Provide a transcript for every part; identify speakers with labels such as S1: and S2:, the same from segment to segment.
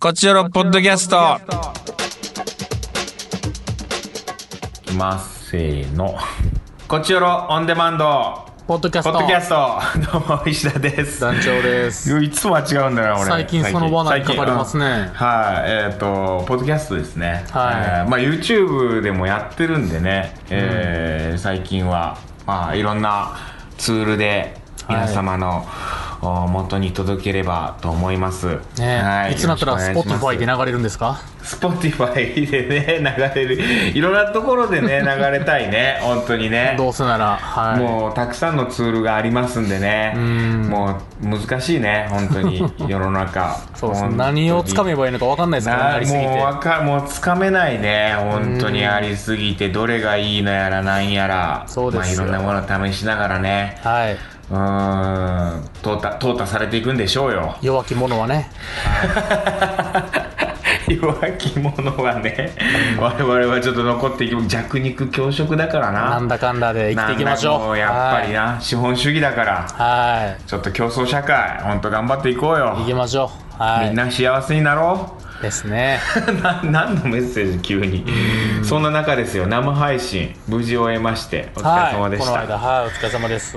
S1: こちらのポッドキャスト。
S2: いきますせーのこちよろオンデマンド
S3: ポッドキャス
S2: ポ
S3: ト
S2: ッドキャスト どうも石田です
S3: 団長です
S2: いつもは違うんだよな俺
S3: 最近その罠にかかりますね
S2: 最近うんはいえっ、とポッドキャストですね
S3: はい
S2: えーまあ YouTube でもやってるんでね、えー最近はまあいろんなツールで皆様の、お元に届ければと思います。
S3: ね、
S2: はい
S3: つになったら Spotify で流れるんですか
S2: Spotify でね、流れる。いろんなところで ね、流れたいね。本当にね。
S3: どうせなら、はい、
S2: もうたくさんのツールがありますんでね。
S3: ん
S2: もう難しいね、本当 に。世の中。
S3: そうです
S2: 本当に
S3: 何をつかめばいいのか分かんないですからね
S2: な
S3: やりすぎて
S2: もうわかもうつかめないね本当にありすぎてどれがいいのやらなんやら
S3: そうですよ
S2: まあ、いろんなものを試しながらね
S3: はい、
S2: うーん淘汰淘汰されていくんでしょうよ
S3: 弱き者はね
S2: 弱き者はね我々はちょっと残っていく弱肉強食だからな
S3: なんだかんだで生きていきましょう
S2: なんだもやっぱりな、資本主義だから
S3: はい、は
S2: ちょっと競争社会ほんと頑張っていこうよ
S3: い、行きましょうは
S2: みん
S3: い
S2: な幸せになろう
S3: ですね
S2: な何のメッセージ急にそんな中ですよ生配信無事終えましてお疲れ様
S3: はい
S2: で
S3: こ
S2: し
S3: の
S2: た、
S3: 間はいお疲れ様です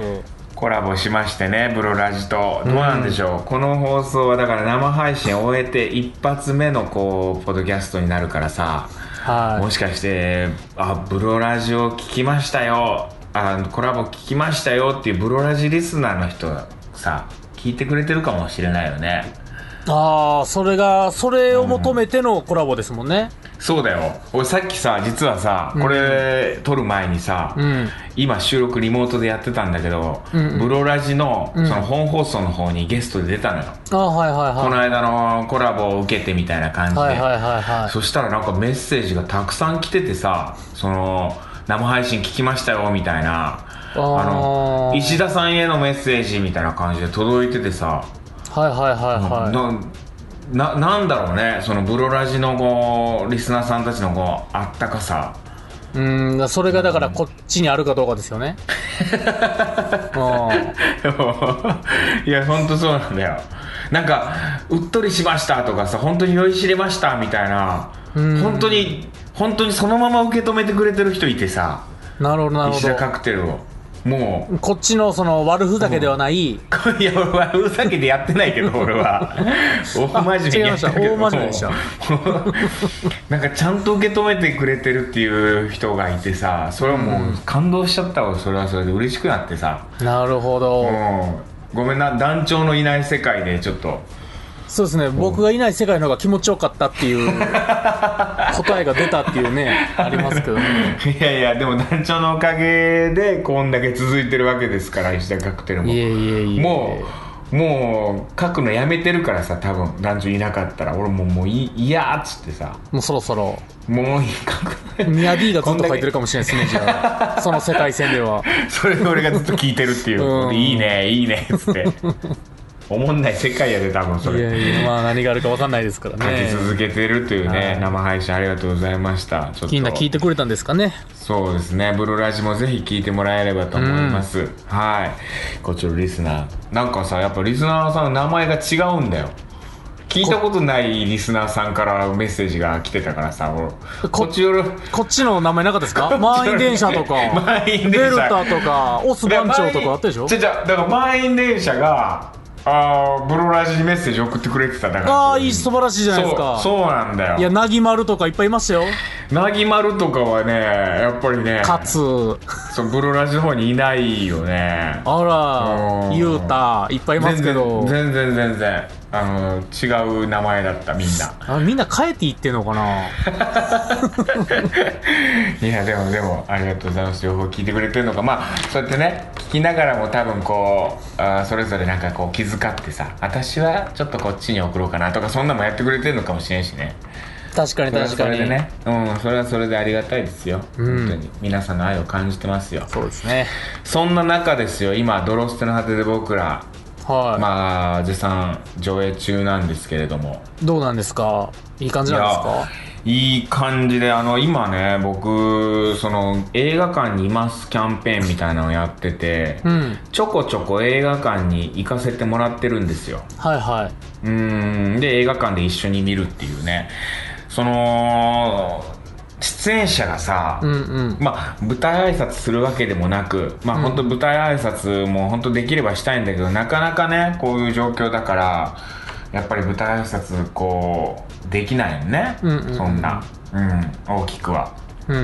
S2: コラボしましてねブロラジとどうなんでしょう、この放送はだから生配信終えて一発目のこうポッドキャストになるからさも
S3: は
S2: しかして「あブロラジを聞きましたよ」あ「コラボ聞きましたよ」っていうブロラジリスナーの人さ聞いてくれてるかもしれないよね
S3: いああそれがそれを求めてのコラボですもんね
S2: そうだよ俺さっきさ実はさこれ撮る前にさ、
S3: うん
S2: 今収録リモートでやってたんだけど、
S3: んうん
S2: ブロラジのその本放送の方にゲストで出たのよ、
S3: ああはいはい
S2: この
S3: は
S2: 間のコラボを受けてみたいな感じ
S3: い
S2: で、
S3: はいはいはいはい
S2: そしたらなんかメッセージがたくさん来ててさその生配信聞きましたよみたいなあ
S3: あー
S2: の石田さんへのメッセージみたいな感じで届いててさ、
S3: はいはいはいは
S2: なななんだろうねそのブロラジのこうリスナーさんたちのこうあったかさ
S3: いうんそれがだからこっちにあるかどうかですよねうん
S2: いやほんとそうなんだよなんかうっとりしましたとかさ本当に酔いしれましたみたいな
S3: うん
S2: 本当に本当にそのまま受け止めてくれてる人いてさ
S3: なるほどなるほ
S2: 石田
S3: ど
S2: カクテルをも
S3: こっちのその悪ふざけではな
S2: う
S3: い、
S2: いや俺はふざけてやってないけ ど俺は大真面目にやったけど
S3: 違いました大真面目でした
S2: なんかちゃんと受け止めてくれてるっていう人がいてさそれはもう感動しちゃったわそれはそれで嬉しくなってさ
S3: なるほど、
S2: うんごめんな団長のいない世界でちょっと
S3: そうですね僕がいない世界の方が気持ちよかったっていう 答えが出たっていうねありますけどね
S2: いやいやでも団長のおかげでこんだけ続いてるわけですから石田カクテルも
S3: いえいえいえ
S2: もうもう書くのやめてるからさ多分団長いなかったら俺もうもういいやーっつってさ
S3: もうそろそろ
S2: もういい書くの
S3: ミヤ D がずっと書いてるかもしれないですねじゃあその世界線で は
S2: それで俺がずっと聞いてるって いう
S3: うん
S2: いいねいいねっつっておもんない世界やで多分そ
S3: い
S2: れ
S3: やいやまあ何があるか分かんないですから
S2: 書き
S3: ね
S2: 続けてるという
S3: は
S2: ね
S3: い
S2: 生配信ありがとうございましたちょっと
S3: 金田聞いてくれたんですかね
S2: そうですね。ブロラジもぜひ聞いてもらえればと思います。はい。こっちのリスナー。なんかさ、やっぱリスナーさんの名前が違うんだよ。聞いたことないリスナーさんからメッセージが来てたからさ、もうこっちよろ。
S3: こっちの名前なかったですか 満員電車とか
S2: 満員電車
S3: ベルタとかオス番長とかあったでしょ
S2: じゃじゃだから満員電車が、あーブロラジにメッセージ送ってくれてただから。
S3: ああいい素晴らしいじゃないですか
S2: そう、そうなんだよ。
S3: いやなぎまるとかいっぱいいましたよ
S2: なぎまるとかはね、やっぱりね、
S3: 勝つ
S2: そうブロラジの方にいないよね。
S3: あ
S2: う
S3: ら、
S2: ん
S3: ゆうた、いっぱいいますけど。
S2: 全然全然全然あの違う名前だったみんな
S3: あみんな帰っていってんのかない
S2: やでもでもありがとうございます情報聞いてくれてるのかまあそうやってね聞きながらも多分こうあーそれぞれなんかこう気遣ってさ私はちょっとこっちに送ろうかなとかそんなもんやってくれてるのかもしれんしね
S3: 確かに
S2: それは
S3: 確
S2: そ
S3: か
S2: れ
S3: に。
S2: でねうんそれはそれでありがたいですよ、
S3: ん
S2: 本当に皆さんの愛を感じてますよ
S3: そうですね。
S2: そんな中ですよ今「ドロステの果て」で僕ら
S3: はい。
S2: まあ絶賛上映中なんですけれども
S3: どうなんですかいい感じなんですか
S2: いやいい感じで、あの、今ね、僕、その、映画館にいますキャンペーンみたいなのをやってて、
S3: うん
S2: ちょこちょこ映画館に行かせてもらってるんですよ。
S3: はいは
S2: うーんで映画館で一緒に見るっていうねその出演者がさ、
S3: いうんうん
S2: まあ舞台挨拶するわけでもなくまあ本当舞台挨拶も本当できればしたいんだけど、なかなかねこういう状況だからやっぱり舞台挨拶こうできないよね、
S3: うんうんうん
S2: そんな、うん、大きくは
S3: う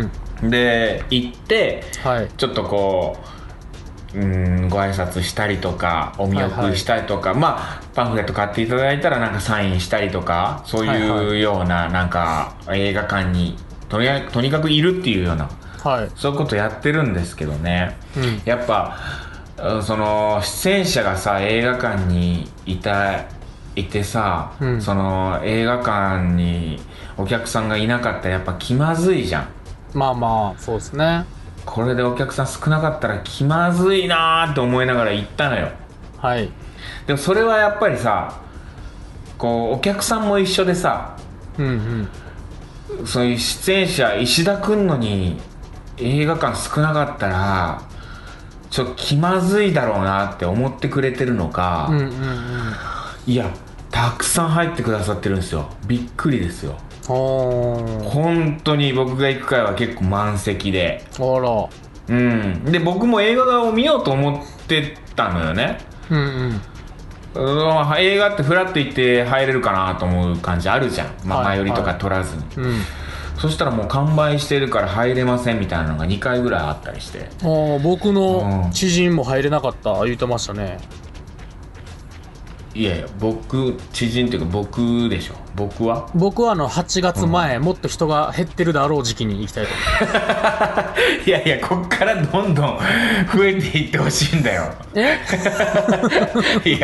S3: ん
S2: で行って
S3: はい
S2: ちょっとこう、うーん、ご挨拶したりとか、お見送りしたりとか、まあ、パンフレット買っていただいたらなんかサインしたりとか、そう
S3: はい
S2: い
S3: は
S2: うような、なんか映画館にとりあえとにかくいるっていうような、
S3: はい
S2: そういうことやってるんですけどね。
S3: うん
S2: やっぱ、うんその、出演者がさ、映画館にいた、いてさ、
S3: うん
S2: その映画館にお客さんがいなかったらやっぱ気まずいじゃん。
S3: まあまあそうですね
S2: これでお客さん少なかったら気まずいなーって思いながら行ったのよ
S3: はい
S2: でもそれはやっぱりさこうお客さんも一緒でさ
S3: うんうん
S2: そういう出演者石田くんのに映画館少なかったらちょっと気まずいだろうなって思ってくれてるのか、
S3: うんうんうん
S2: いやたくさん入ってくださってるんですよびっくりですよ
S3: お
S2: 本当に僕が行く回は結構満席で
S3: ーあ
S2: うんで僕も映画を見ようと思ってたのよね
S3: らうんうん
S2: うん映画ってフラッと行って入れるかなと思う感じあるじゃん、まあ、
S3: は
S2: 前
S3: い
S2: 売りとか取らずに、
S3: うん
S2: そしたらもう完売してるから入れませんみたいなのが2回ぐらいあったりして
S3: ああ僕
S2: う
S3: の
S2: ん
S3: 知人も入れなかった言うてましたね
S2: いやいや僕知人っていうか僕でしょ僕は
S3: 僕はあの8月前、もっと人が減ってるだろう時期に行きたいと思
S2: い
S3: う
S2: やいやこっからどんど ん増えていってほしいんだ よ
S3: え
S2: いや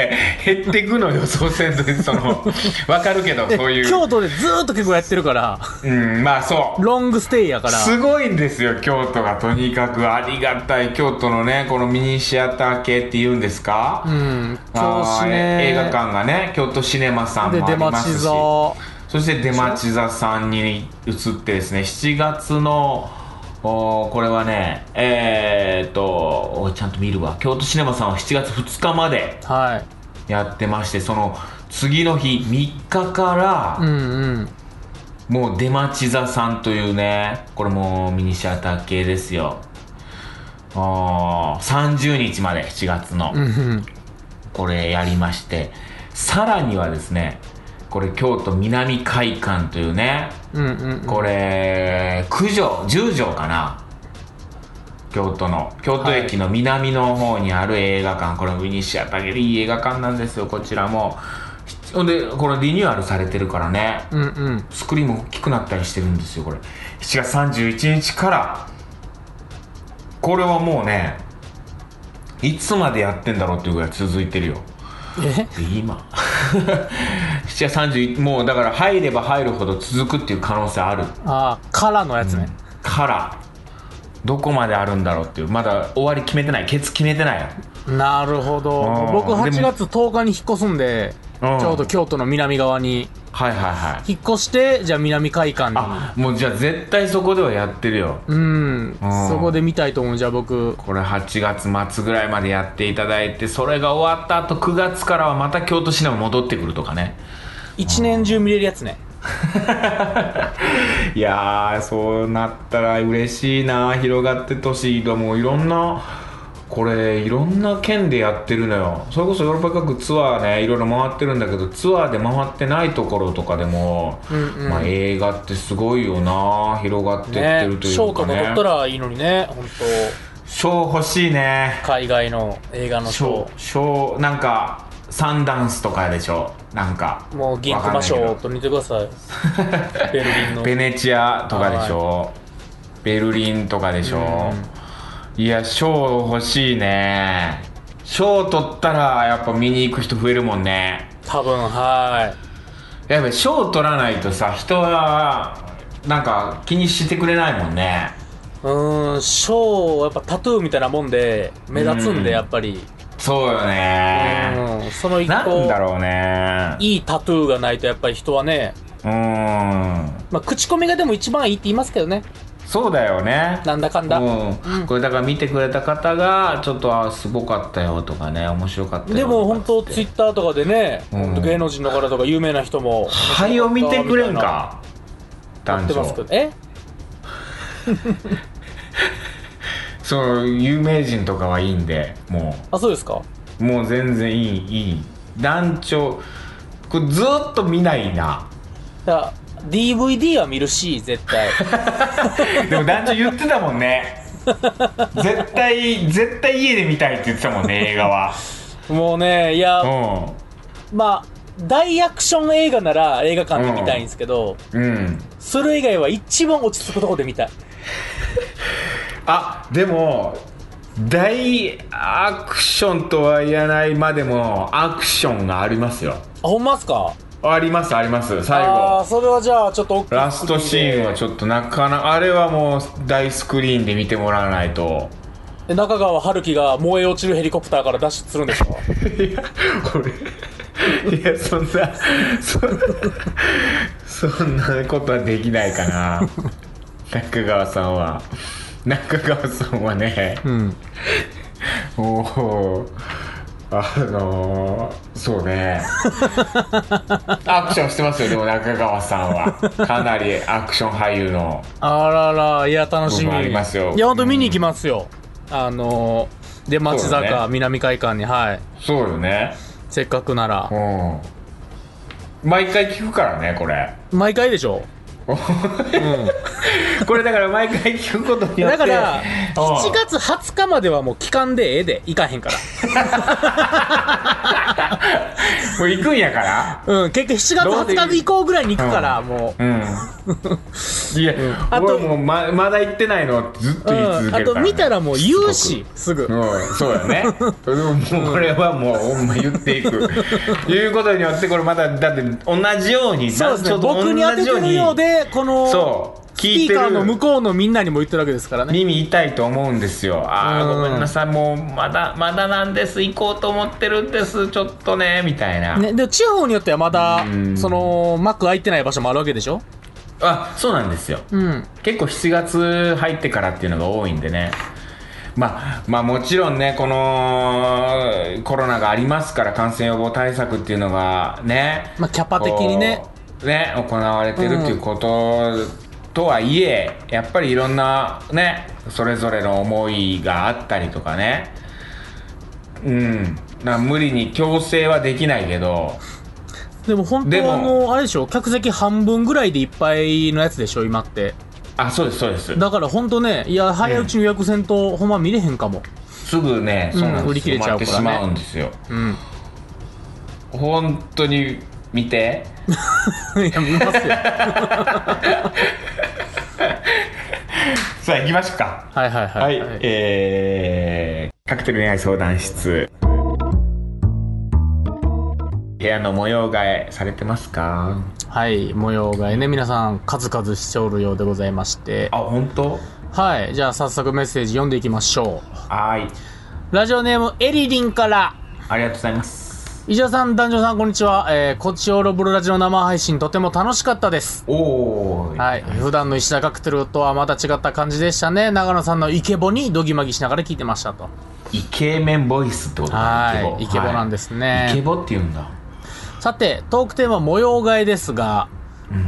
S2: 減ってくの予想せんとそ の分かるけどそういう
S3: 京都でずーっと結構やってるから
S2: うんまあそう
S3: ロングステイやから
S2: すごいんですよ京都がとにかくありがたい京都のねこのミニシアター系って言うんですか、
S3: うん
S2: あ
S3: 京
S2: ー
S3: 市ね
S2: 映画館がね京都シネマさん
S3: で
S2: もあ
S3: 出
S2: りま
S3: 町
S2: すし
S3: 座
S2: そして出町座さんに移ってですね7月のおーこれはねえー、っとおいちゃんと見るわ京都シネマさんは7月2日まで
S3: はい
S2: やってましてその次の日3日から、
S3: うんうん
S2: もう出町座さんというねこれもうミニシアター系ですよあー30日まで7月の、
S3: うんうん
S2: これやりましてさらにはですねこれ京都南会館というね
S3: うんうん
S2: これ九条十条かな京都の京都駅の南の方にある映画館、これミニシアター系でいい映画館なんですよこちらもほんでこれリニューアルされてるからね
S3: うんうん
S2: スクリーンも大きくなったりしてるんですよこれ7月31日からこれはもうねいつまでやってんだろうっていうぐらい続いてるよ
S3: え
S2: で 今7月31もうだから入れば入るほど続くっていう可能性ある
S3: ああからのやつね、
S2: からどこまであるんだろうっていうまだ終わり決めてないケツ決めてないよ
S3: なるほど
S2: あー
S3: 僕
S2: でも
S3: 8月10日に引っ越すんでち
S2: うん
S3: ょうど京都の南側に
S2: はいはいはい
S3: 引っ越してじゃあ南海岸に
S2: あもうじゃあ絶対そこではやってるよ
S3: うん
S2: ん
S3: そこで見たいと思うじゃあ僕
S2: これ8月末ぐらいまでやっていただいてそれが終わった後9月からはまた京都市内戻ってくるとかね
S3: 一年中見れるやつね
S2: いやーそうなったら嬉しいな広がってとしいともういろんなこれいろんな県でやってるのよそれこそヨーロッパ各ツアーねいろいろ回ってるんだけどツアーで回ってないところとかでも、
S3: んうん
S2: まあ、映画ってすごいよな広がってって
S3: ね
S2: るとい
S3: ショー
S2: う
S3: ト
S2: かね
S3: 残ったらいいのにね本
S2: 賞欲しいね
S3: 当海外の映画のショ
S2: 小小なんかサンダンスとかでしょなんか
S3: ーもう銀
S2: わかん
S3: 熊
S2: ないけど
S3: 賞と似てくださいベルリンの
S2: ベネチアとかでしょベルリンとかでしょいや賞欲しいね賞取ったらやっぱ見に行く人増えるもんね
S3: 多分は
S2: やっぱ賞取らないとさ人はなんか気にしてくれないもんね
S3: いうーんショーやっぱタトゥーみたいなもんで目立つんで
S2: うん
S3: やっぱり
S2: そうよね
S3: うんその一
S2: なん
S3: 個
S2: だろうね
S3: いいタトゥーがないとやっぱり人はね
S2: うん
S3: まあ、口コミがでも一番いいって言いますけどね。
S2: そうだよね
S3: なんだかんだ。
S2: うん、これだから見てくれた方がちょっとあすごかったよとかね面白かったよ
S3: でも
S2: とか
S3: 本当ツイッターとかでね、
S2: うん
S3: 本当芸能人の方とか有名な人も
S2: はいを見てくれんか
S3: や
S2: 男
S3: って
S2: 女
S3: ますけどえ
S2: そう有名人とかはいいんでも
S3: あそうですか
S2: うもう全然いいいい団長これずっと見ないな
S3: だから DVD は見るし絶 対
S2: でも団長言ってたもん ね絶対絶対家で見たいって言ってたもんね映画 は
S3: もうねいやまあ大アクション映画なら映画館で見たいんですけど、
S2: うんうん
S3: それ以外は一番落ち着くとこで見たい
S2: あでも大アクションとは言えないまでもアクションがありますよ
S3: あほんまっすか
S2: ありますあります最
S3: ああ
S2: 後
S3: それはじゃあちょっと大きい
S2: ラストシーンはちょっとなかなかあれはもう大スクリーンで見てもらわないと
S3: え中川春樹が燃え落ちるヘリコプターから脱出するんでしょ
S2: いや俺いやそんなそんなそんなことはできないかな中川さんは中川さんはね
S3: うん
S2: おおあのー、そうねアクションしてますよでも中川さんはかなりアクション俳優の
S3: あららいや楽しみ
S2: 僕もありますよ
S3: いや本当見に行きますよ、あのーで町
S2: そう
S3: 坂、
S2: だね
S3: 南海岸にはい
S2: そうよね
S3: せっかくなら
S2: うん毎回聞くからねこ れ
S3: 毎回でしょ、う
S2: これだから毎回聞くことに
S3: ん、
S2: よって
S3: だから
S2: うん
S3: 7月20日まではもう期間でええで行かへんか
S2: もう行くんやから
S3: ら、うん、結局7
S2: どう
S3: 月
S2: でいい
S3: 20日以降ぐらいに行くから、もう、
S2: うんいや、
S3: あと
S2: 俺もうままだ行ってないのずっと
S3: う
S2: 言い続
S3: ん、
S2: け
S3: あ
S2: るからね、
S3: と見たらもう言うしすぐ、
S2: うん、そうだね。でももうこれはもうほんま言 っていく。いうことによってこれまだだって同じように、
S3: そうです
S2: ち
S3: ね
S2: ょっと同
S3: 僕に当て
S2: じ
S3: てるようでこの
S2: そう
S3: ス
S2: 聞
S3: ピ
S2: い
S3: ー
S2: て
S3: カーの向
S2: る
S3: こうのみんなにも言ってるわけですからね
S2: 耳痛いと思うんですよ。ああ
S3: うん
S2: ごめんなさいもうまだまだなんです行こうと思ってるんですちょっとねみたいな。
S3: ねで地方によってはまだ
S2: うん
S3: そのマック開いてない場所もあるわけでしょ
S2: あそうなんですよ。
S3: うん
S2: 結構7月入ってからっていうのが多いんでね。まあ、まあもちろんね、このコロナがありますから感染予防対策っていうのがね、
S3: まあキャパ的にね
S2: こうね行われてるっていうこととはいえ、やっぱりいろんなねそれぞれの思いがあったりとかねうんな無理に強制はできないけど
S3: でも本当
S2: でも
S3: はあのあれでしょ客席半分ぐらいでいっぱいのやつでしょ今って
S2: あそうですそうです
S3: だから本当ねいや早いうちに予約せんと、ほんま見れへんかも
S2: すぐねそうなんです
S3: うん売り切れちゃうからね
S2: 埋まってしまうんですよ
S3: うん
S2: 本当に見て
S3: いや見ます よ
S2: さあ行きますか
S3: はいはい
S2: は、
S3: はいい、はい
S2: えー、カクテル恋愛相談室部屋の模様替えされてますか
S3: はい模様替えね皆さん数々しておるようでございまして
S2: あ本当
S3: はいじゃあ早速メッセージ読んでいきましょ
S2: はーいう
S3: ラジオネームエリリンから
S2: ありがとうございます
S3: 伊沢さん男女さんこんにちは、えー、こちおろブロラジの生配信とても楽しかったです
S2: おー
S3: はい、普段の石田カクテルとはまた違った感じでしたね長野さんのイケボにドギマギしながら聞いてましたと
S2: イケメンボイスってことだね
S3: はいイケボなんですね
S2: イケボって言うんだ
S3: さてトークテーマ模様替えですが、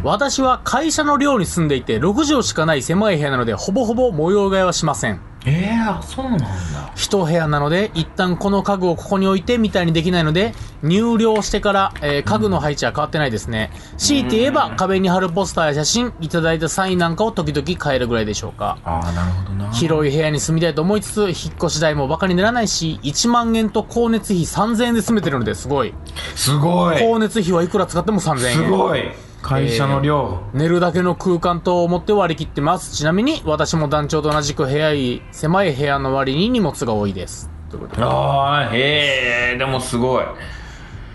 S3: 私は会社の寮に住んでいて6畳しかない狭い部屋なのでほぼほぼ模様替えはしません
S2: ええー、あそうなんだ
S3: 一部屋なので一旦この家具をここに置いてみたいにできないので入寮してから、えー家具の配置は変わってないですね、強いて言えば壁に貼るポスターや写真いただいたサインなんかを時々変えるぐらいでしょうか
S2: ああなるほどな
S3: 広い部屋に住みたいと思いつつ、引っ越し代もバカにならないし、1万円と光熱費3000円で住めてるのですごい。
S2: すごい
S3: 光熱費はいくら使っても3000円。
S2: すごい会社の量、
S3: 寝るだけの空間と思って割り切ってます。ちなみに、私も団長と同じく部屋い、狭い部屋の割に荷物が多いです。ということで
S2: ああへえでもすごい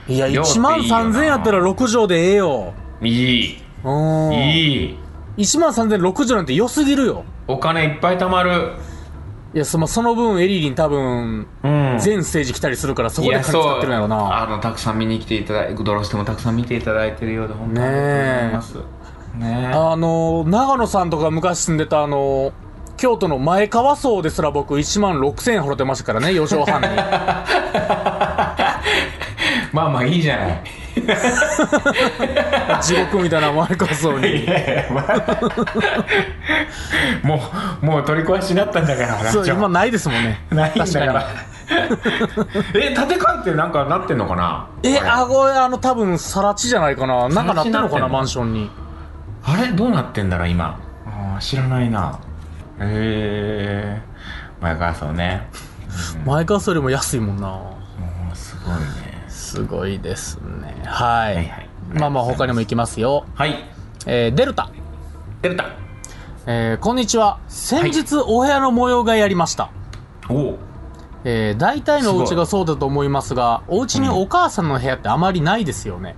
S3: いや、
S2: 量っていい
S3: 1
S2: よな
S3: 万3000円やったら6畳でええよ。
S2: いいう
S3: ーん。
S2: いい
S3: 1万3000円6畳なんて良すぎるよ。
S2: お金いっぱい貯まる
S3: いや、そのその分、エリリン多分、
S2: うんうん
S3: 全ステージ来たりするから、そこで借り使ってるんやろな。
S2: あのたくさん見に来ていただいどうしてもたくさん見ていただいてるようで本当にありがとうございますねえ
S3: あのー、長野さんとか昔住んでたあのー、京都の前川荘ですら僕1万6000円払ってましたからね、4畳 半に。
S2: まあまあいいじゃない
S3: 地獄みたいな前川荘 に。
S2: いやいやまあもうもう取り壊しになったんだから
S3: そう、
S2: 話は
S3: 今ないですもんね。
S2: ないんだか
S3: 確
S2: ら え建て替えってなんかなってんのかな
S3: え、
S2: これ
S3: あ、これ、あの、多分、さら地じゃないかな。なんかなって
S2: さら地
S3: んのか
S2: な
S3: な、
S2: ってんの
S3: マンションに。
S2: あれどうなってんだろう今あー知らないなへえ前川さんね
S3: 前川荘よりも安いもんな。
S2: もうすごいね
S3: すごいですね。は
S2: はい
S3: い。
S2: はい
S3: まあまあ、他にも行きますよ。
S2: はい
S3: えー、デルタ。
S2: デルタ
S3: えー、こんにちは。先日、お部屋の模様替えやりました。
S2: おう
S3: えー、大体のお家がそうだと思いますが、お家にお母さんの部屋ってあまりないですよね。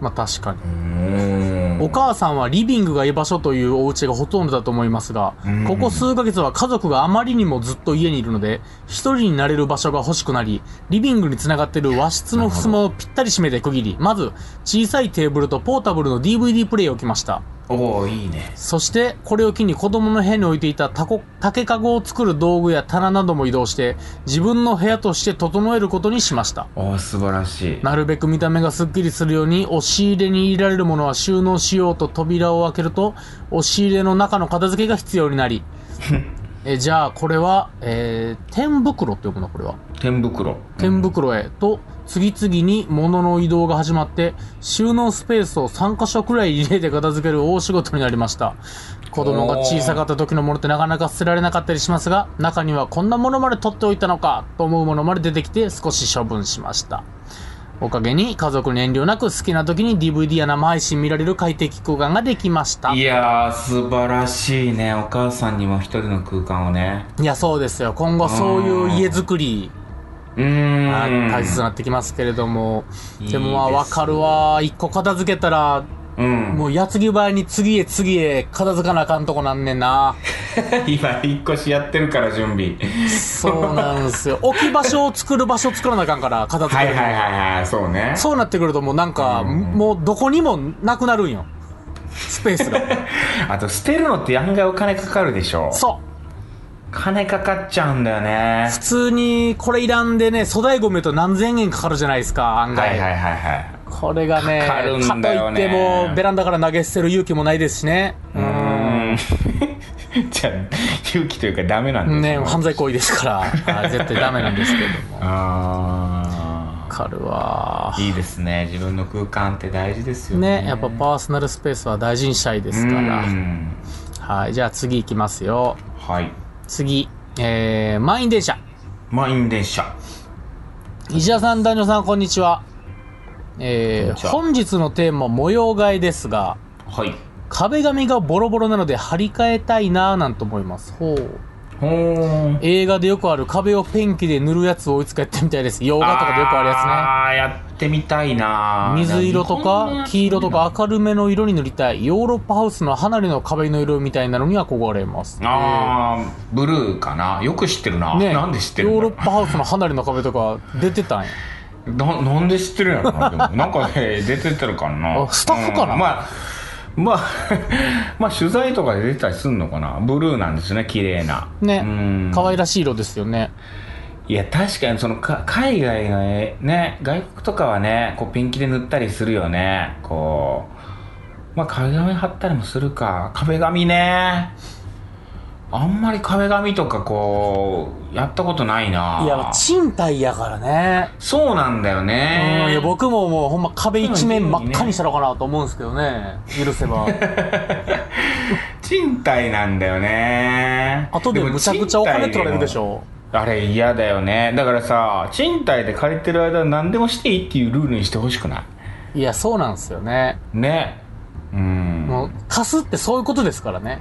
S3: まあ確かに。
S2: うーん
S3: お母さんはリビングが居場所というお家がほとんどだと思いますが
S2: うん、
S3: ここ数ヶ月は家族があまりにもずっと家にいるので、一人になれる場所が欲しくなり、リビングに繋がっている和室の襖をぴったり閉めて区切り、まず小さいテーブルとポータブルの DVD プレイを置きました。
S2: おおいいね
S3: そして、これを機に子供の部屋に置いていたタコ竹かごを作る道具や棚なども移動して、自分の部屋として整えることにしました。
S2: おお素晴らしい
S3: なるべく見た目がすっきりするように、押し入れに入れられるものは収納しようと扉を開けると、押し入れの中の片付けが必要になり、えじゃあこれは、えー、天袋って呼ぶのこれは。
S2: 天袋
S3: 天袋へと、次々に物の移動が始まって、収納スペースを3カ所くらい入れて片付ける大仕事になりました。子供が小さかった時のものってなかなか捨てられなかったりしますが、中にはこんなものまで取っておいたのかと思うものまで出てきて少し処分しました。おかげに家族に遠慮なく好きな時に DVD や生配信見られる快適空間ができました。
S2: い
S3: い
S2: やー素晴らしいねお母さんにも一人の空間をね
S3: や、そうですよ。今後そういう家づくり、
S2: うーん
S3: あ大切になってきますけれども。
S2: いい
S3: でもまあ
S2: ですね
S3: わかるわ。一個片付けたら、
S2: うん
S3: もう矢継ぎ早に次へ次へ片付かなあかんとこなんねんな。
S2: 今引っ越しやってるから準備
S3: そうなんで すよ。置き場所を作る場所作らなあかんから、片付
S2: は
S3: け
S2: い
S3: る
S2: はい
S3: の
S2: はいはいそうね
S3: そうなってくるともうなんか、もうどこにもなくなるんよ。スペー スが。
S2: あと捨てるのって案外お金かかるでしょ
S3: そう。
S2: 金かかっちゃうんだよね
S3: 普通にこれいらんでね、粗大ゴミだと何千円かかるじゃないですか、案
S2: は
S3: 外。
S2: いはいはいはい
S3: これがね、
S2: かかるんだよね
S3: かといってもうベランダから投げ捨てる勇気もないですしね。う。
S2: うんーん じゃあ勇気というかダメなんです
S3: ね、
S2: よ
S3: 犯罪行為ですから、はい絶対ダメなんですけども。わ
S2: あ
S3: かるわ
S2: ー。いいですね自分の空間って大事ですよね
S3: ね、やっぱパーソナルスペースは大事にしたいですから
S2: う。ん
S3: はい、じゃあ次行きますよ。
S2: はい
S3: 次、えー、満員電車。
S2: 満員電車
S3: 石田さん、男女さん、こんにちは。
S2: こ
S3: え
S2: んにち
S3: ー、
S2: は
S3: 本日のテーマ、模様替えですが、
S2: はい
S3: 壁紙がボロボロなので張り替えたいなぁなんて思います。ほう。
S2: ほーん
S3: 映画でよくある壁をペンキで塗るやつを追いつかやってみたいです。洋画とかでよくあるや
S2: あーやってみたいな
S3: つね。水色とか黄色とか明るめの色に塗りたい。ヨーロッパハウスの離れの壁の色みたいなのに憧れます。
S2: ああ、ブルーかなよく知ってるな、
S3: ね
S2: なんで知ってる
S3: ヨー
S2: んだろ
S3: ロッパハウスの離れの壁とか出 てたんや。
S2: うななんで知ってるんやろなでもなんか ね出ててるかな
S3: あスタッフかな
S2: うんまあまあ まあ取材とかで出てたりすんのかなブルーなんですね綺麗なうん
S3: ね。可愛らしい色ですよね。
S2: いや確かにそのか海外の絵ね外国とかはねこうペンキで塗ったりするよねこうまあ壁紙貼ったりもするか壁紙ねあんまり壁紙とかこうやったことないない
S3: や、賃貸やからね。
S2: そうなんだよね
S3: うん、いや僕ももうほんま壁一面真っ赤にしたのかなと思うんですけどね。許せ ば。
S2: 賃貸なんだよね
S3: 後でむちゃくちゃお金取られるでし
S2: も
S3: ょ。
S2: 賃貸でもあれ嫌だよねだからさ賃貸で借りてる間は何でもしていいっていうルールにしてほしくない
S3: や、そうなんですよね。
S2: いねうん
S3: もう、貸すってそういうことですからね。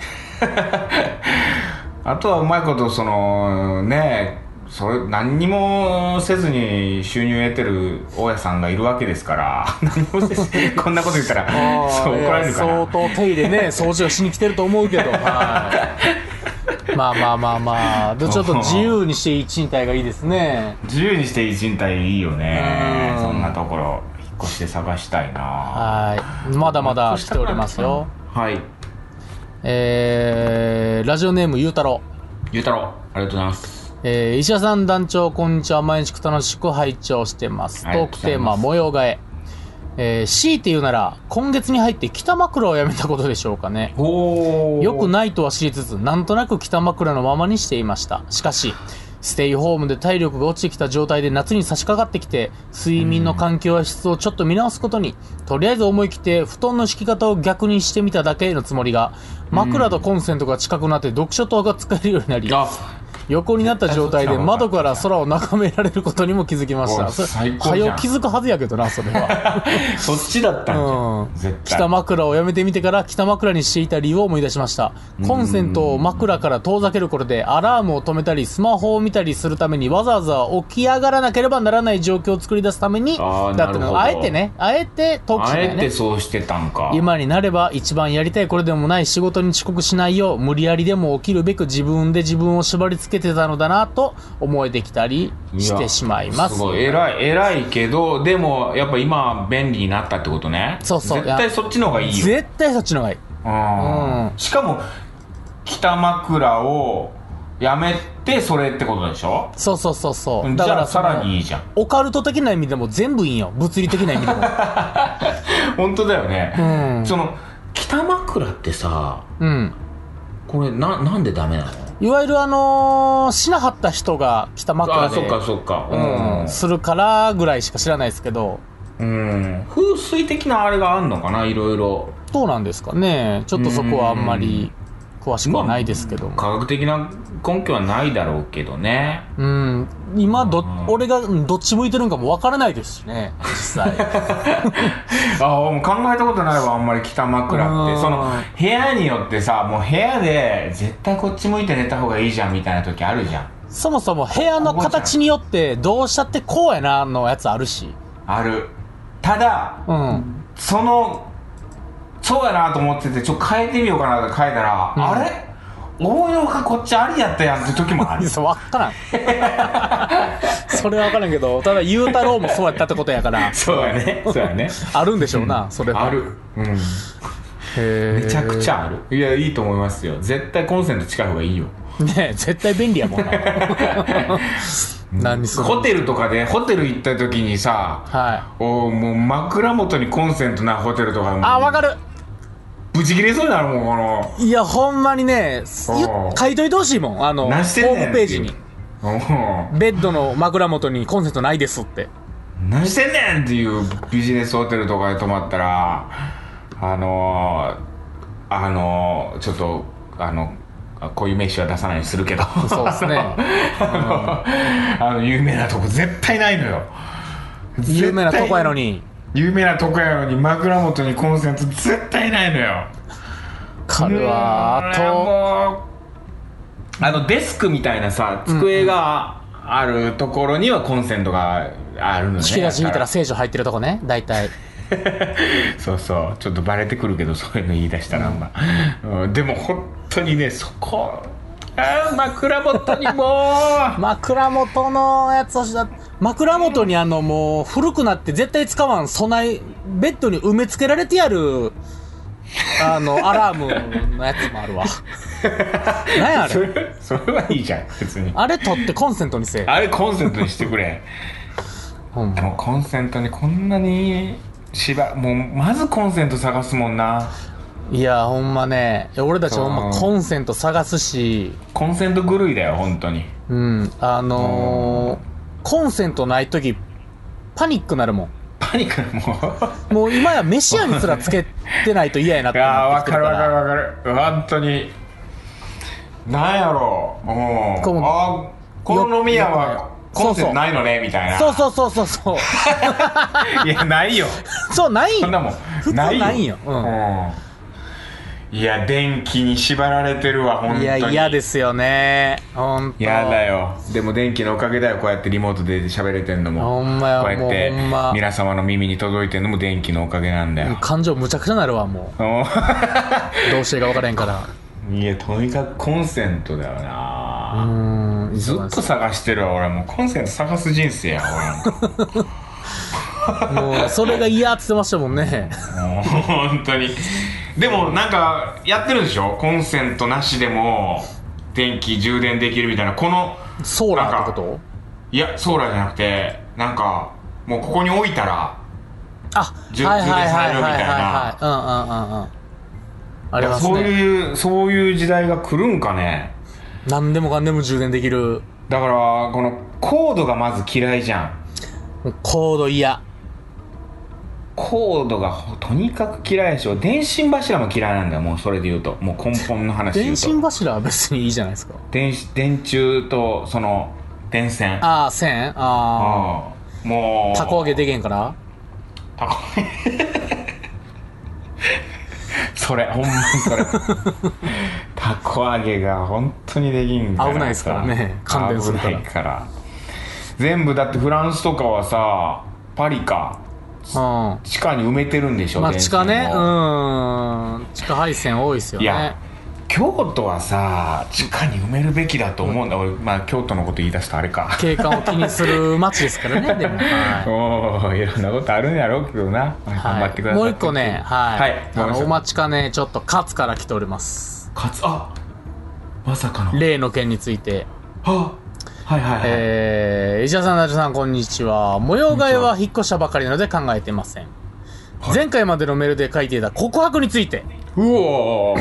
S2: あとはうまいことそのねそれ何にもせずに収入を得てる大家さんがいるわけですから 何もせずこんなこと言った
S3: あ
S2: ら
S3: ー
S2: そう
S3: い
S2: 怒
S3: や
S2: られるかな
S3: 相当手入れね、掃除をしに来てると思うけど。はいまあまあまあまあ。でちょっと自由にしていい賃貸がいいですね。
S2: 自由にしていい賃貸いいよね
S3: うん
S2: そんなところ引っ越して探したいな
S3: はい。まだまだ来ておりま すよ。
S2: はい
S3: えー、ラジオネームゆうたろう。
S2: ゆうたろうありがとうございます
S3: えー、石田さん団長、こんにちは。毎日楽しく拝聴してます。ト
S2: ありがと
S3: ー
S2: う
S3: ク
S2: ござ
S3: テ
S2: い
S3: ーマ、
S2: ます
S3: 模様替え。えー、強いて言うなら、今月に入って北枕をやめたことでしょうかね。
S2: おー
S3: 良くないとは知りつつ、なんとなく北枕のままにしていました。しかし、ステイホームで体力が落ちてきた状態で夏に差し掛かってきて、睡眠の環境や質をちょっと見直すことに、とりあえず思い切って布団の敷き方を逆にしてみただけのつもりが、枕とコンセントが近くなって読書灯が使えるようになり、
S2: あ
S3: 横になった状態で窓から空を眺められることにも気づきまし
S2: お
S3: た。
S2: い
S3: それ
S2: 最高じゃん
S3: 早気づくはずやけどな、それ は。
S2: そっちだったんじゃん、
S3: うん
S2: 絶対
S3: 北枕をやめてみてから北枕にしていた理由を思い出しましたコンセントを枕から遠ざけることでアラームを止めたりスマホを見たりするためにわざわざ起き上がらなければならない状況を作り出すために
S2: あー
S3: だっ
S2: なる
S3: て
S2: ほ
S3: の
S2: ど
S3: あえてねあえてトークし
S2: あ
S3: な
S2: え
S3: いよ
S2: て
S3: ね
S2: そうしてたんか
S3: 今になれば一番やりたいこれでもない仕事に遅刻しないよう無理やりでも起きるべく自分で自分を縛り付けてたのだなと思えてきたりしてしまいます
S2: すごい偉い偉いけどでもやっぱ今便利になったってことね
S3: そうそう
S2: 絶対そっちの方がいいよ
S3: 絶対そっちの方がいい
S2: うん
S3: うん
S2: しかも北枕をやめてそれってことでしょ
S3: そうそうそうそう
S2: じゃあ
S3: そ
S2: さ
S3: の
S2: らにいいじゃん
S3: オカルト的な意味でも全部いいんよ物理的な意味でも
S2: 本当だよね、
S3: うん
S2: その北枕ってさ
S3: うん
S2: これななんでダメなの
S3: いわゆるあのー、死なはった人が北
S2: あ
S3: 枕
S2: そっ
S3: で
S2: かそっか
S3: うんするからぐらいしか知らないですけど
S2: うん、うん、風水的なあれがあんのかないろいろ
S3: どうなんですかねちょっとそこはあんまり詳しくはないですけども
S2: 科学的な根拠はないだろうけどね
S3: うん今ど
S2: うん
S3: 俺がうんどっち向いてるんかもわからないですしね実際
S2: ああもう考えたことないわあんまり北枕っ
S3: う
S2: て
S3: ん
S2: その部屋によってさもう部屋で絶対こっち向いて寝た方がいいじゃんみたいな時あるじゃん
S3: そもそも部屋の形によってどうしたってこうやなのやつあるし
S2: あるただ
S3: うん
S2: そのそうやなと思っててちょっと変えてみようかなって変えたら、
S3: うん
S2: あれ思いのほかこっちありやったやんって時もあ る
S3: そう分からん それは分からんけどただ雄太郎もそうやったってことやから
S2: そうやねそうや ね
S3: あるんでしょうな、それは
S2: あるうんめ
S3: め
S2: ちゃくちゃある、いやいいと思いますよ絶対コンセント近い方がいいよ
S3: ねえ絶対便利やもんな何する
S2: ホテルとかでホテル行った時にさ
S3: はい
S2: おーもう枕元にコンセントなホテルとかもう
S3: あ分かる
S2: ブチ切れそうになるもんこの
S3: いやほんまにね
S2: おう
S3: ゆ書いといてほしいもんあのホ
S2: 何してんねん
S3: ームページに
S2: っていう
S3: ベッドの枕元にコンセントないですって
S2: うん何してんねんっていうビジネスホテルとかで泊まったらあのー、あのー、ちょっとあのあこういう名詞は出さないようにするけど
S3: そうですね
S2: あのあの有名なとこ絶対ないのよ
S3: 有名なとこやの
S2: に
S3: に
S2: 有名なとこやのに枕元にコンセント絶対ないのよ
S3: これはあ
S2: もうあのデスクみたいなさ机があるところにはコンセントがあるのね
S3: と引き出し引いた
S2: だ
S3: ら
S2: か
S3: 聖書入ってるとこね大体
S2: らそうそうちょっとバレてくるけどそういうの言い出したらあんま、うんでも本当にねそこあー枕元にも
S3: 枕元のやつをしだ枕元にあのもう古くなって絶対使わん備えベッドに埋め付けられてやるあのアラームのやつも あるわ何やあ
S2: そ
S3: れ
S2: れそれはいいじゃん別に
S3: あれ取ってコンセントにせえ
S2: あれコンセントにしてくれ
S3: ほんま
S2: もうコンセントにこんなに芝もうまずコンセント探すもんない
S3: やほんまねいや俺たちほんま
S2: うん
S3: コンセント探すし
S2: コンセント狂いだよ本当に
S3: うんあのー、コンセントない時パニックなるもん
S2: パニックもう
S3: もう今や飯屋にすらつけてないと嫌やなっ
S2: い
S3: て
S2: やー
S3: 思っ
S2: わ
S3: てき
S2: かる
S3: てる か
S2: わからるわかる本当になんやろうも
S3: こう
S2: うあーこの飲み屋はコンセントないのねみたいな
S3: そうそうそうそうそう
S2: いやない よ
S3: そう、ない
S2: そんなも
S3: 普
S2: ん
S3: 通
S2: ないよ
S3: ないようん
S2: うんいや電気に縛られてるわ本当に
S3: いや、嫌ですよね。ほんと。
S2: 嫌だ。よでも電気のおかげだよこうやってリモートで喋れてんのも
S3: ほんまや
S2: こうやっ
S3: もうほんま
S2: て皆様の耳に届いてんのも電気のおかげなんだよ
S3: 感情むちゃくちゃなるわ、も
S2: うん
S3: う。どうしていいか分からへんから。
S2: いやとにかくコンセントだよな、
S3: うん
S2: ずっと探してるわ俺もうコンセント探す人生や俺も
S3: もうそれが嫌って言ってましたもんね
S2: もう本当にでもなんかやってるでしょコンセントなしでも電気充電できるみたいなこの
S3: ソーラーってこと
S2: いやソーラーじゃなくてなんかもうここに置いたら
S3: あ
S2: 充
S3: はいはいはいはいは
S2: 充
S3: い
S2: 電されるみたい
S3: はいうんうんうんうんあります
S2: そう
S3: ね
S2: いうそういう時代が来るんかね
S3: 何でもかんでも充電できる
S2: だからこのコードがまず嫌いじゃん
S3: もうコード嫌
S2: コードがほとにかく嫌いでしょ電信柱も嫌いなんだよもうそれで言うともう根本の話で言
S3: 電
S2: うと
S3: 信柱は別にいいじゃないですか
S2: 電子電柱とその電線
S3: ああ線あ
S2: ああも
S3: あ
S2: う
S3: たこ揚げでけんから
S2: たこ揚げ それほんまにそ れたこ揚げが本当にできんから
S3: 危ないですからね感電するから
S2: 危ないから全部だってフランスとかはさパリか
S3: うんま
S2: 地下に埋めてるんでしょ
S3: あ
S2: 電
S3: 地
S2: 線
S3: 下ね
S2: を
S3: うん地下配線多いですよ
S2: い
S3: ね
S2: や京都はさ地下に埋めるべきだと思うんだ、俺、まあ、京都のこと言い出したらあれか
S3: 景観を気にする街ですからねでもはい
S2: おおいろんなことあるんやろうけどな、頑張ってください
S3: もう一個ねはい、
S2: はい
S3: あ
S2: ごめんな
S3: の
S2: さい
S3: お待ちかねちょっと勝から来ております
S2: かつあまさかの
S3: 例の件について
S2: ははいはいはい、
S3: えー、石田さん、ナジさん、こんにちは。模様替えは引っ越したばかりなので考えてません。
S2: はい
S3: 前回までのメールで書いていた告白について。
S2: うおー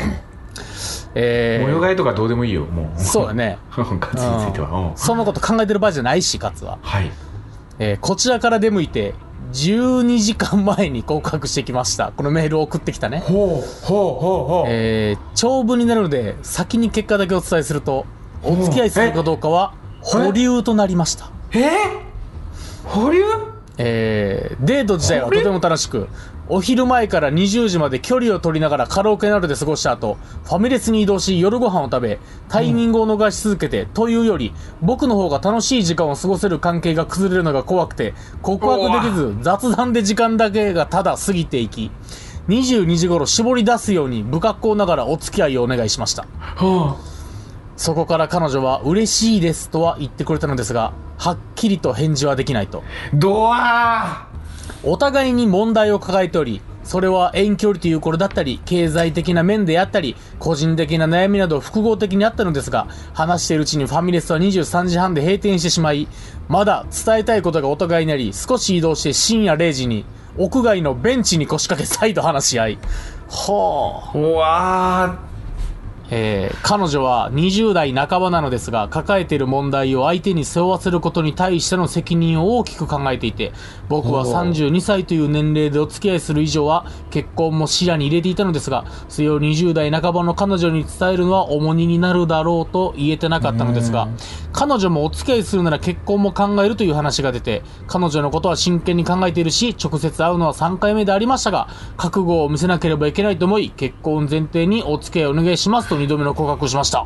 S3: えー、
S2: 模様替えとかどうでもいいよもう
S3: そうだね。
S2: うん カツについてはうん
S3: うんそんなこと考えてる場合じゃないし、勝は。
S2: はい
S3: えー、こちらから出向いて、12時間前に告白してきました。このメールを送ってきたね。
S2: ほうほうほうほう
S3: えー、長文になるので、先に結果だけお伝えすると、お付き合いするかどうかは保留となりました。
S2: えー、保留
S3: えーデート自体はとても楽しくお昼前から20時まで距離を取りながらカラオケなどで過ごした後ファミレスに移動し夜ご飯を食べタイミングを逃し続けて、というより僕の方が楽しい時間を過ごせる関係が崩れるのが怖くて告白できず雑談で時間だけがただ過ぎていき22時頃絞り出すように不格好ながらお付き合いをお願いしました
S2: は
S3: そこから彼女は嬉しいですとは言ってくれたのですがはっきりと返事はできないと
S2: あドア
S3: お互いに問題を抱えており、それは遠距離という頃だったり、経済的な面であったり、個人的な悩みなど複合的にあったのですが、話しているうちにファミレスは23時半で閉店してしまい、まだ伝えたいことがお互いにあり、少し移動して深夜0時に、屋外のベンチに腰掛け再度話し合い。ほう。
S2: ーうわ
S3: えー彼女は20代半ばなのですが抱えている問題を相手に背負わせることに対しての責任を大きく考えていて僕は
S2: おう
S3: 32歳という年齢でお付き合いする以上は結婚も視野に入れていたのですがそれを20代半ばの彼女に伝えるのは重荷になるだろうと言えてなかったのですが彼女もお付き合いするなら結婚も考えるという話が出て彼女のことは真剣に考えているし直接会うのは3回目でありましたが覚悟を見せなければいけないと思い結婚前提にお付き合いをお願いしますと2度目の告白をしました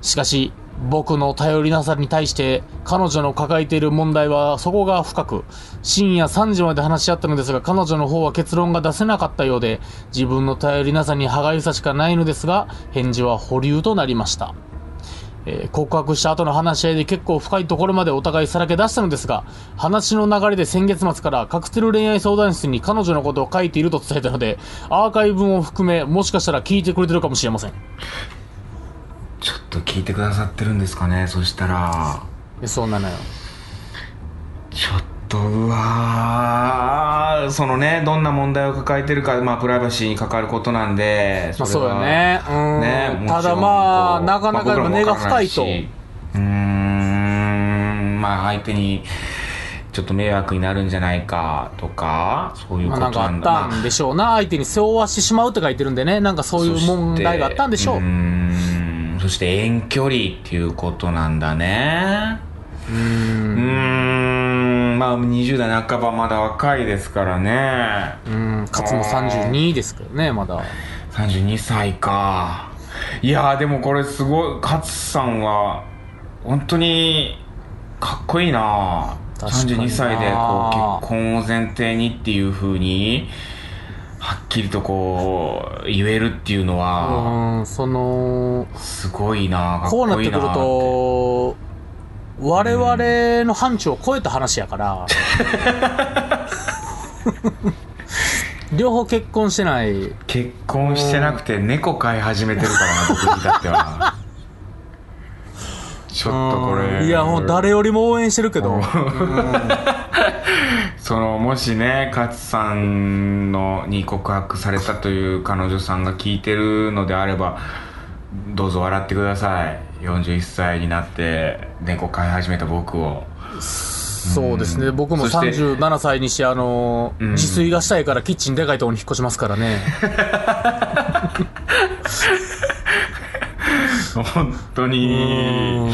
S3: しかし僕の頼りなさに対して彼女の抱えている問題はそこが深く深夜3時まで話し合ったのですが彼女の方は結論が出せなかったようで自分の頼りなさに歯がゆさしかないのですが返事は保留となりましたえー告白した後の話し合いで結構深いところまでお互いさらけ出したのですが話の流れで先月末からカクテル恋愛相談室に彼女のことを書いていると伝えたのでアーカイブも含めもしかしたら聞いてくれてるかもしれません
S2: ーちょっと聞いてくださってるんですかねそしたら
S3: でそうなのよ
S2: ちょっとうわーそのねどんな問題を抱えてるか、まあ、プライバシーに関わることなんで
S3: まあそう
S2: れは
S3: だねうん
S2: ね
S3: ただまあ
S2: もちろんこう
S3: なかなかやっぱ
S2: まあ
S3: 根が深いと
S2: 僕らもわからなしうーんまあ相手にちょっと迷惑になるんじゃないかとかそういう
S3: ま
S2: こ
S3: あ、
S2: と
S3: なんか
S2: な
S3: あ
S2: ん
S3: っ
S2: だ、
S3: たんでしょうな相手に背負わしてしまうって書いてるんでねなんかそういう問題があったんでしょう
S2: そてーんそして遠距離っていうことなんだねうーんまあ20代半ばまだ若いですからね
S3: うん勝も32ですけどねまだ
S2: 32歳かいやーでもこれすごい勝さんは本当にかっこいいな
S3: 確かにな
S2: 32歳でこう結婚を前提にっていうふうにはっきりとこう言えるっていうのは
S3: うん、その、
S2: すごいなかっ
S3: こうなっ
S2: こい
S3: て
S2: い
S3: くる
S2: なって
S3: と、我々の範疇を超えた話やから、 両方結婚してない、
S2: 結婚してなくて猫飼い始めてるからな僕に至って はちょっとこ
S3: う
S2: れ
S3: んいや、もう誰よりも応援してるけど、うん
S2: そのもしね勝さんのに告白されたという彼女さんが聞いてるのであればどうぞ笑ってください41歳になって猫飼い始めた僕を
S3: そうですね、僕も
S2: そして
S3: 37歳にして、あの、
S2: ん
S3: 自炊がしたいからキッチンでかいところに引っ越しますからね。
S2: 本当に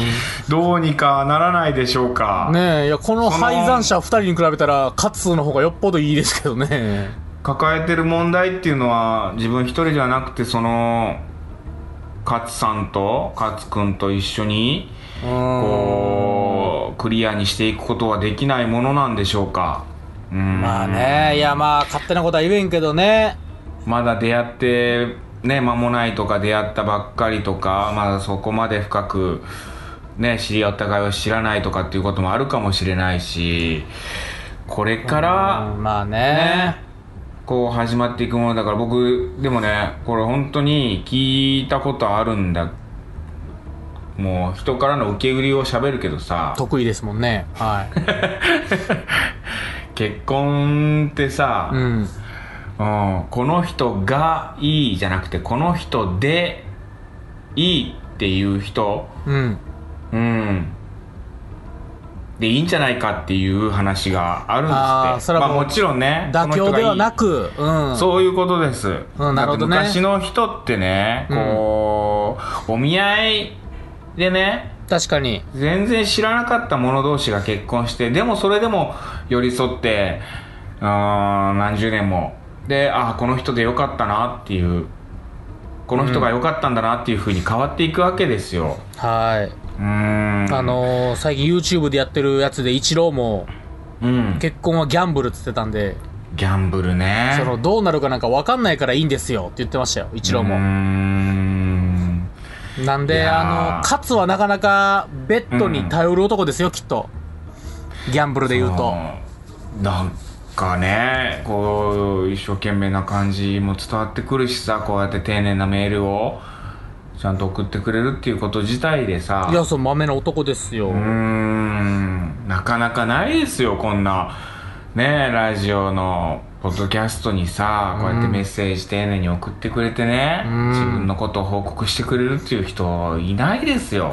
S2: どうにかならないでしょうか、
S3: ねえ、いや、この
S2: その
S3: 敗残者2人に比べたら、カツの方がよっぽどいいですけどね。
S2: 抱えてる問題っていうのは自分一人じゃなくてその勝さんと勝くんと一緒にこうクリアにしていくことはできないものなんでしょうかうん
S3: まあね、いやまあ勝手なことは言えんけどね。
S2: まだ出会ってね間もないとか出会ったばっかりとかまだそこまで深くね知り合った会を知らないとかっていうこともあるかもしれないしこれから
S3: うんまあ
S2: ね
S3: ね。
S2: こう始まっていくものだから僕でもねこれ本当に聞いたことあるんだもう人からの受け売りを喋るけどさ
S3: 得意ですもんね。はい。
S2: 結婚って さ、
S3: うん。
S2: うん、この人がいいじゃなくてこの人でいいっていう人、
S3: うん。
S2: うん、でいいんじゃないかっていう話があるんで
S3: あー
S2: すっ
S3: そ
S2: て
S3: れは
S2: ま
S3: も
S2: あ、
S3: う
S2: もちろんね
S3: 妥
S2: この
S3: 協
S2: 人がい
S3: で
S2: い
S3: はなく、うん。
S2: そういうことです、
S3: うんなるほどね
S2: だって昔の人ってねこう、お見合いでね
S3: 確かに。
S2: 全然知らなかった者同士が結婚してでもそれでも寄り添ってうーん何十年もでああこの人でよかったなっていうこの人が良かったんだなっていうふうに変わっていくわけですよ
S3: はい。
S2: うーん
S3: あのー、最近 YouTube でやってるやつで、イチローも、
S2: うん
S3: 結婚はギャンブルって言ってたんで、
S2: ギャンブルね
S3: その、どうなるかなんか分かんないからいいんですよって言ってましたよ、イチロー
S2: うー
S3: も。
S2: ん
S3: なん
S2: い
S3: で、
S2: やー
S3: あの、勝はなかなか、ベッドに頼る男ですよ、きっと。ギャンブルで言うと。
S2: うんなんかねこう一生懸命な感じも伝わってくるしさこうやって丁寧なメールをちゃんと送ってくれるっていうこと自体でさ
S3: いや、そう、豆な男ですよ。
S2: うーんなかなかないですよこんなねラジオのポッドキャストにさこうやってメッセージ丁寧に送ってくれてね、
S3: うん
S2: 自分のことを報告してくれるっていう人いないですよ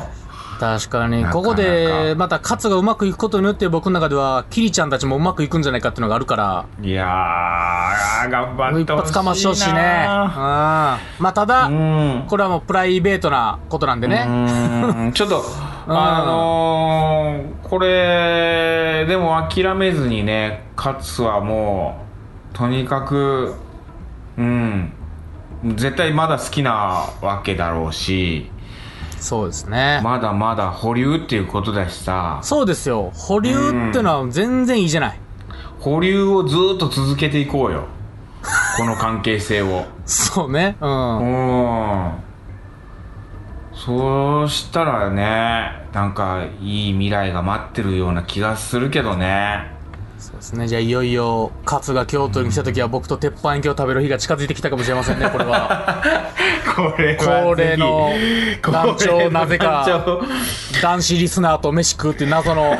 S3: 確かに
S2: なかなか
S3: ここでまた勝がうまくいくことによって僕の中ではキリちゃんたちもうまくいくんじゃないかっていうのがあるから
S2: いやー頑張
S3: もう
S2: っ
S3: 一
S2: てほしいな
S3: 発かましてほしいねうんまあただ
S2: うん
S3: これはもうプライベートなことなんで
S2: う
S3: ね
S2: ーんちょっと、あのーこれ、でも諦めずにね、勝つはもう、とにかく、うん、絶対まだ好きなわけだろうし、
S3: そうですね
S2: まだまだ保留っていうことだしさ、
S3: そうですよ保留ってのは全然いいじゃない
S2: 保留をずっと続けていこうよ。この関係性を。
S3: そうねう
S2: うんん。そうしたらね、なんかいい未来が待ってるような気がするけどね。
S3: そうですねじゃあいよいよ勝が京都に来た時は僕と鉄板焼きを食べる日が近づいてきたかもしれません ねこれは
S2: これ
S3: 恒例の団長なぜか男子リスナーと飯食うっていう謎の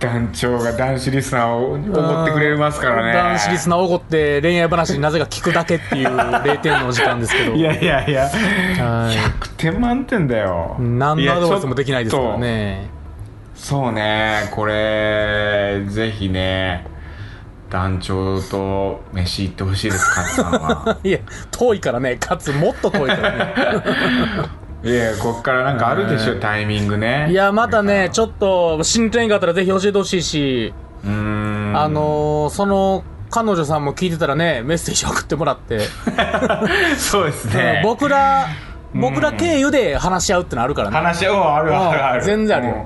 S2: 団長が男子リスナーを怒ってくれますからね
S3: 男子リス
S2: ナ
S3: ナーおごって恋愛話になぜか聞くだけっていう0点の時間ですけど。
S2: いやいやいや
S3: は
S2: 100点満点だよ
S3: い。何
S2: い
S3: の
S2: や
S3: アドバイスもできないですから
S2: ち
S3: ね。
S2: ょっとそうねこれぜひね団長と飯行ってほしいです勝さんは
S3: いや、遠いからね、かつもっと遠 いからね。
S2: いやこっからなんかあるでしょタイミングね
S3: いや、またね、ちょっと進展があったらぜひ教えてほしいし、
S2: うーん
S3: あのー、その、彼女さんも聞いてたらね、メッセージ送ってもらって、
S2: そうですね
S3: 僕ら、僕ら経由で話し合うってのあるからね。
S2: 話うんあるあるある
S3: うん全然あるよ
S2: うん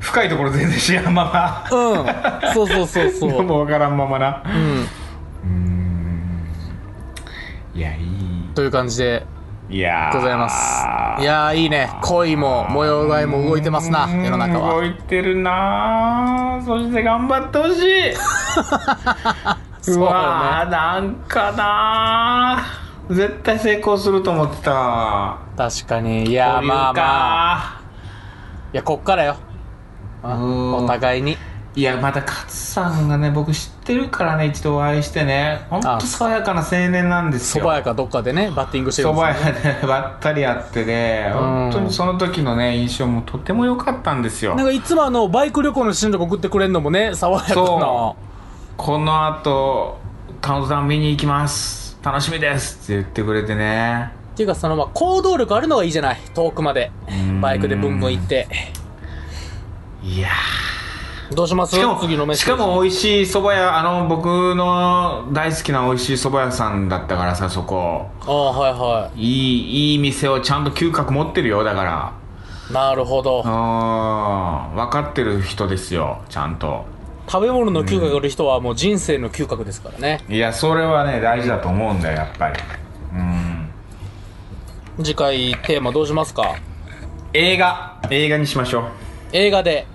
S2: 深いところ全然知らんまま
S3: うん。そうそうそうそう。
S2: もう分からんままな
S3: うん。
S2: いやいい
S3: という感じで
S2: いやー
S3: ございます。いやー、いいね。恋も模様替えも動いてますな、世の中
S2: 動
S3: は。
S2: いてるなーそして頑張ってほしい
S3: そ
S2: う
S3: う
S2: わ
S3: だ
S2: ーなんかなー絶対成功すると思ってた
S3: ね。確かに。いやー、まあまあ。いや、こっからよ。
S2: う
S3: あ
S2: ーん
S3: お互いに。
S2: いやまた勝さんがね僕知ってるからね一度お会いしてねほん
S3: あ
S2: と爽やかな青年なんです
S3: 蕎
S2: よ
S3: 麦屋かどっかでね、バッティングしてる
S2: そ
S3: んです
S2: ば
S3: よ
S2: 屋でばったり会ってね
S3: うん
S2: 本当にその時のね印象もとても良かったんですよ
S3: なんかいつもあの、バイク旅行の進路送ってくれるのもね、爽やかな
S2: そ。この後カウントダウン見に行きます楽しみですって言ってくれてね
S3: っていうか、その、まあ、行動力あるのがいいじゃない。遠くまで
S2: ん。
S3: バイクでブンブン行って。
S2: いや
S3: どうします
S2: ーしかも
S3: 次のメッセ
S2: し
S3: ージ
S2: かも美味しい蕎麦屋あの僕の大好きな美味しい蕎麦屋さんだったからさそこ
S3: ああ、はいはい
S2: いいいい店をちゃんと嗅覚持ってるよだから
S3: い。なるほど
S2: う。ーん分かってる人ですよちゃんと
S3: 食べ物の嗅覚がある人はもう人生の嗅覚ですからね。
S2: いやそれはね大事だと思うんだよやっぱりうん
S3: 次回テーマどうしますか
S2: 映画映画にしましょ
S3: 映画で。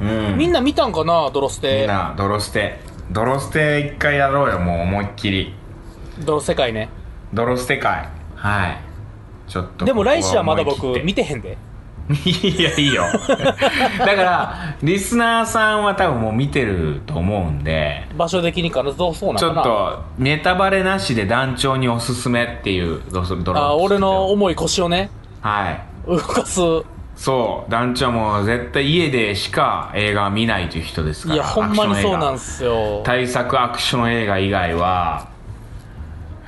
S2: ううん
S3: みんな見たんかなドロス
S2: みん
S3: テ。
S2: な泥捨て泥捨て一回やろうよもう思いっきり
S3: ドロ世界ね。
S2: 泥捨て会はいちょっと
S3: でも来週はまだ僕
S2: ここは思い
S3: 見てへんで。
S2: 切って いやい いよだからリスナーさんは多分もう見てると思うんで
S3: 場所的にかなどうそうなの
S2: ちょ
S3: か
S2: っ
S3: な
S2: とネタバレなしで団長におすすめっていうどうする泥捨て
S3: あー俺の重い腰をね、
S2: はい
S3: 動かす。
S2: そう団長も絶対家でしか映画は見ないという人ですか
S3: い
S2: ら
S3: や、ほんまにそうなん
S2: です
S3: すよ。
S2: 対策アクション映画以外は、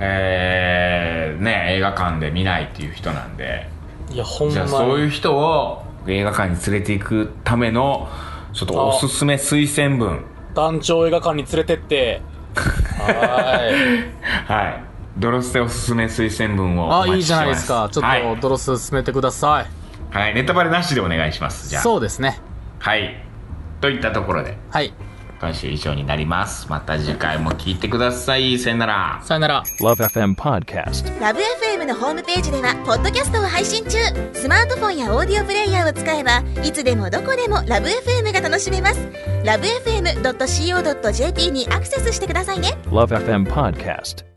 S2: えー、ね、映画館で見ないっていう人なんで、
S3: いや、ほん
S2: じ
S3: ま
S2: ゃあ
S3: に。
S2: そういう人を映画館に連れていくための、ちょっとおすすめ推薦文。
S3: 団長映画館に連れて って。はーい。
S2: はい。ドロステおすすめ推薦文をお
S3: あ、
S2: 待
S3: いい
S2: ちし
S3: じ
S2: てま
S3: ゃ
S2: す。
S3: ないですか。ちょ
S2: は
S3: っ
S2: い
S3: と、ドロス進めてください。
S2: はい。ネタバレなしでお願いします。じゃあ。
S3: そうですね。
S2: はい。といったところで、
S3: はい。
S2: 今週以上になります。また次回も聞いてください。さよなら。
S3: さよなら。
S1: Love FM Podcast.
S4: ラブ f m のホームページではポッドキャストを配信中スマートフォンやオーディオプレイヤーを使えばいつでもどこでもラブ f m が楽しめますラブ FM.co.jp にアクセスしてくださいね
S1: Love FM Podcast.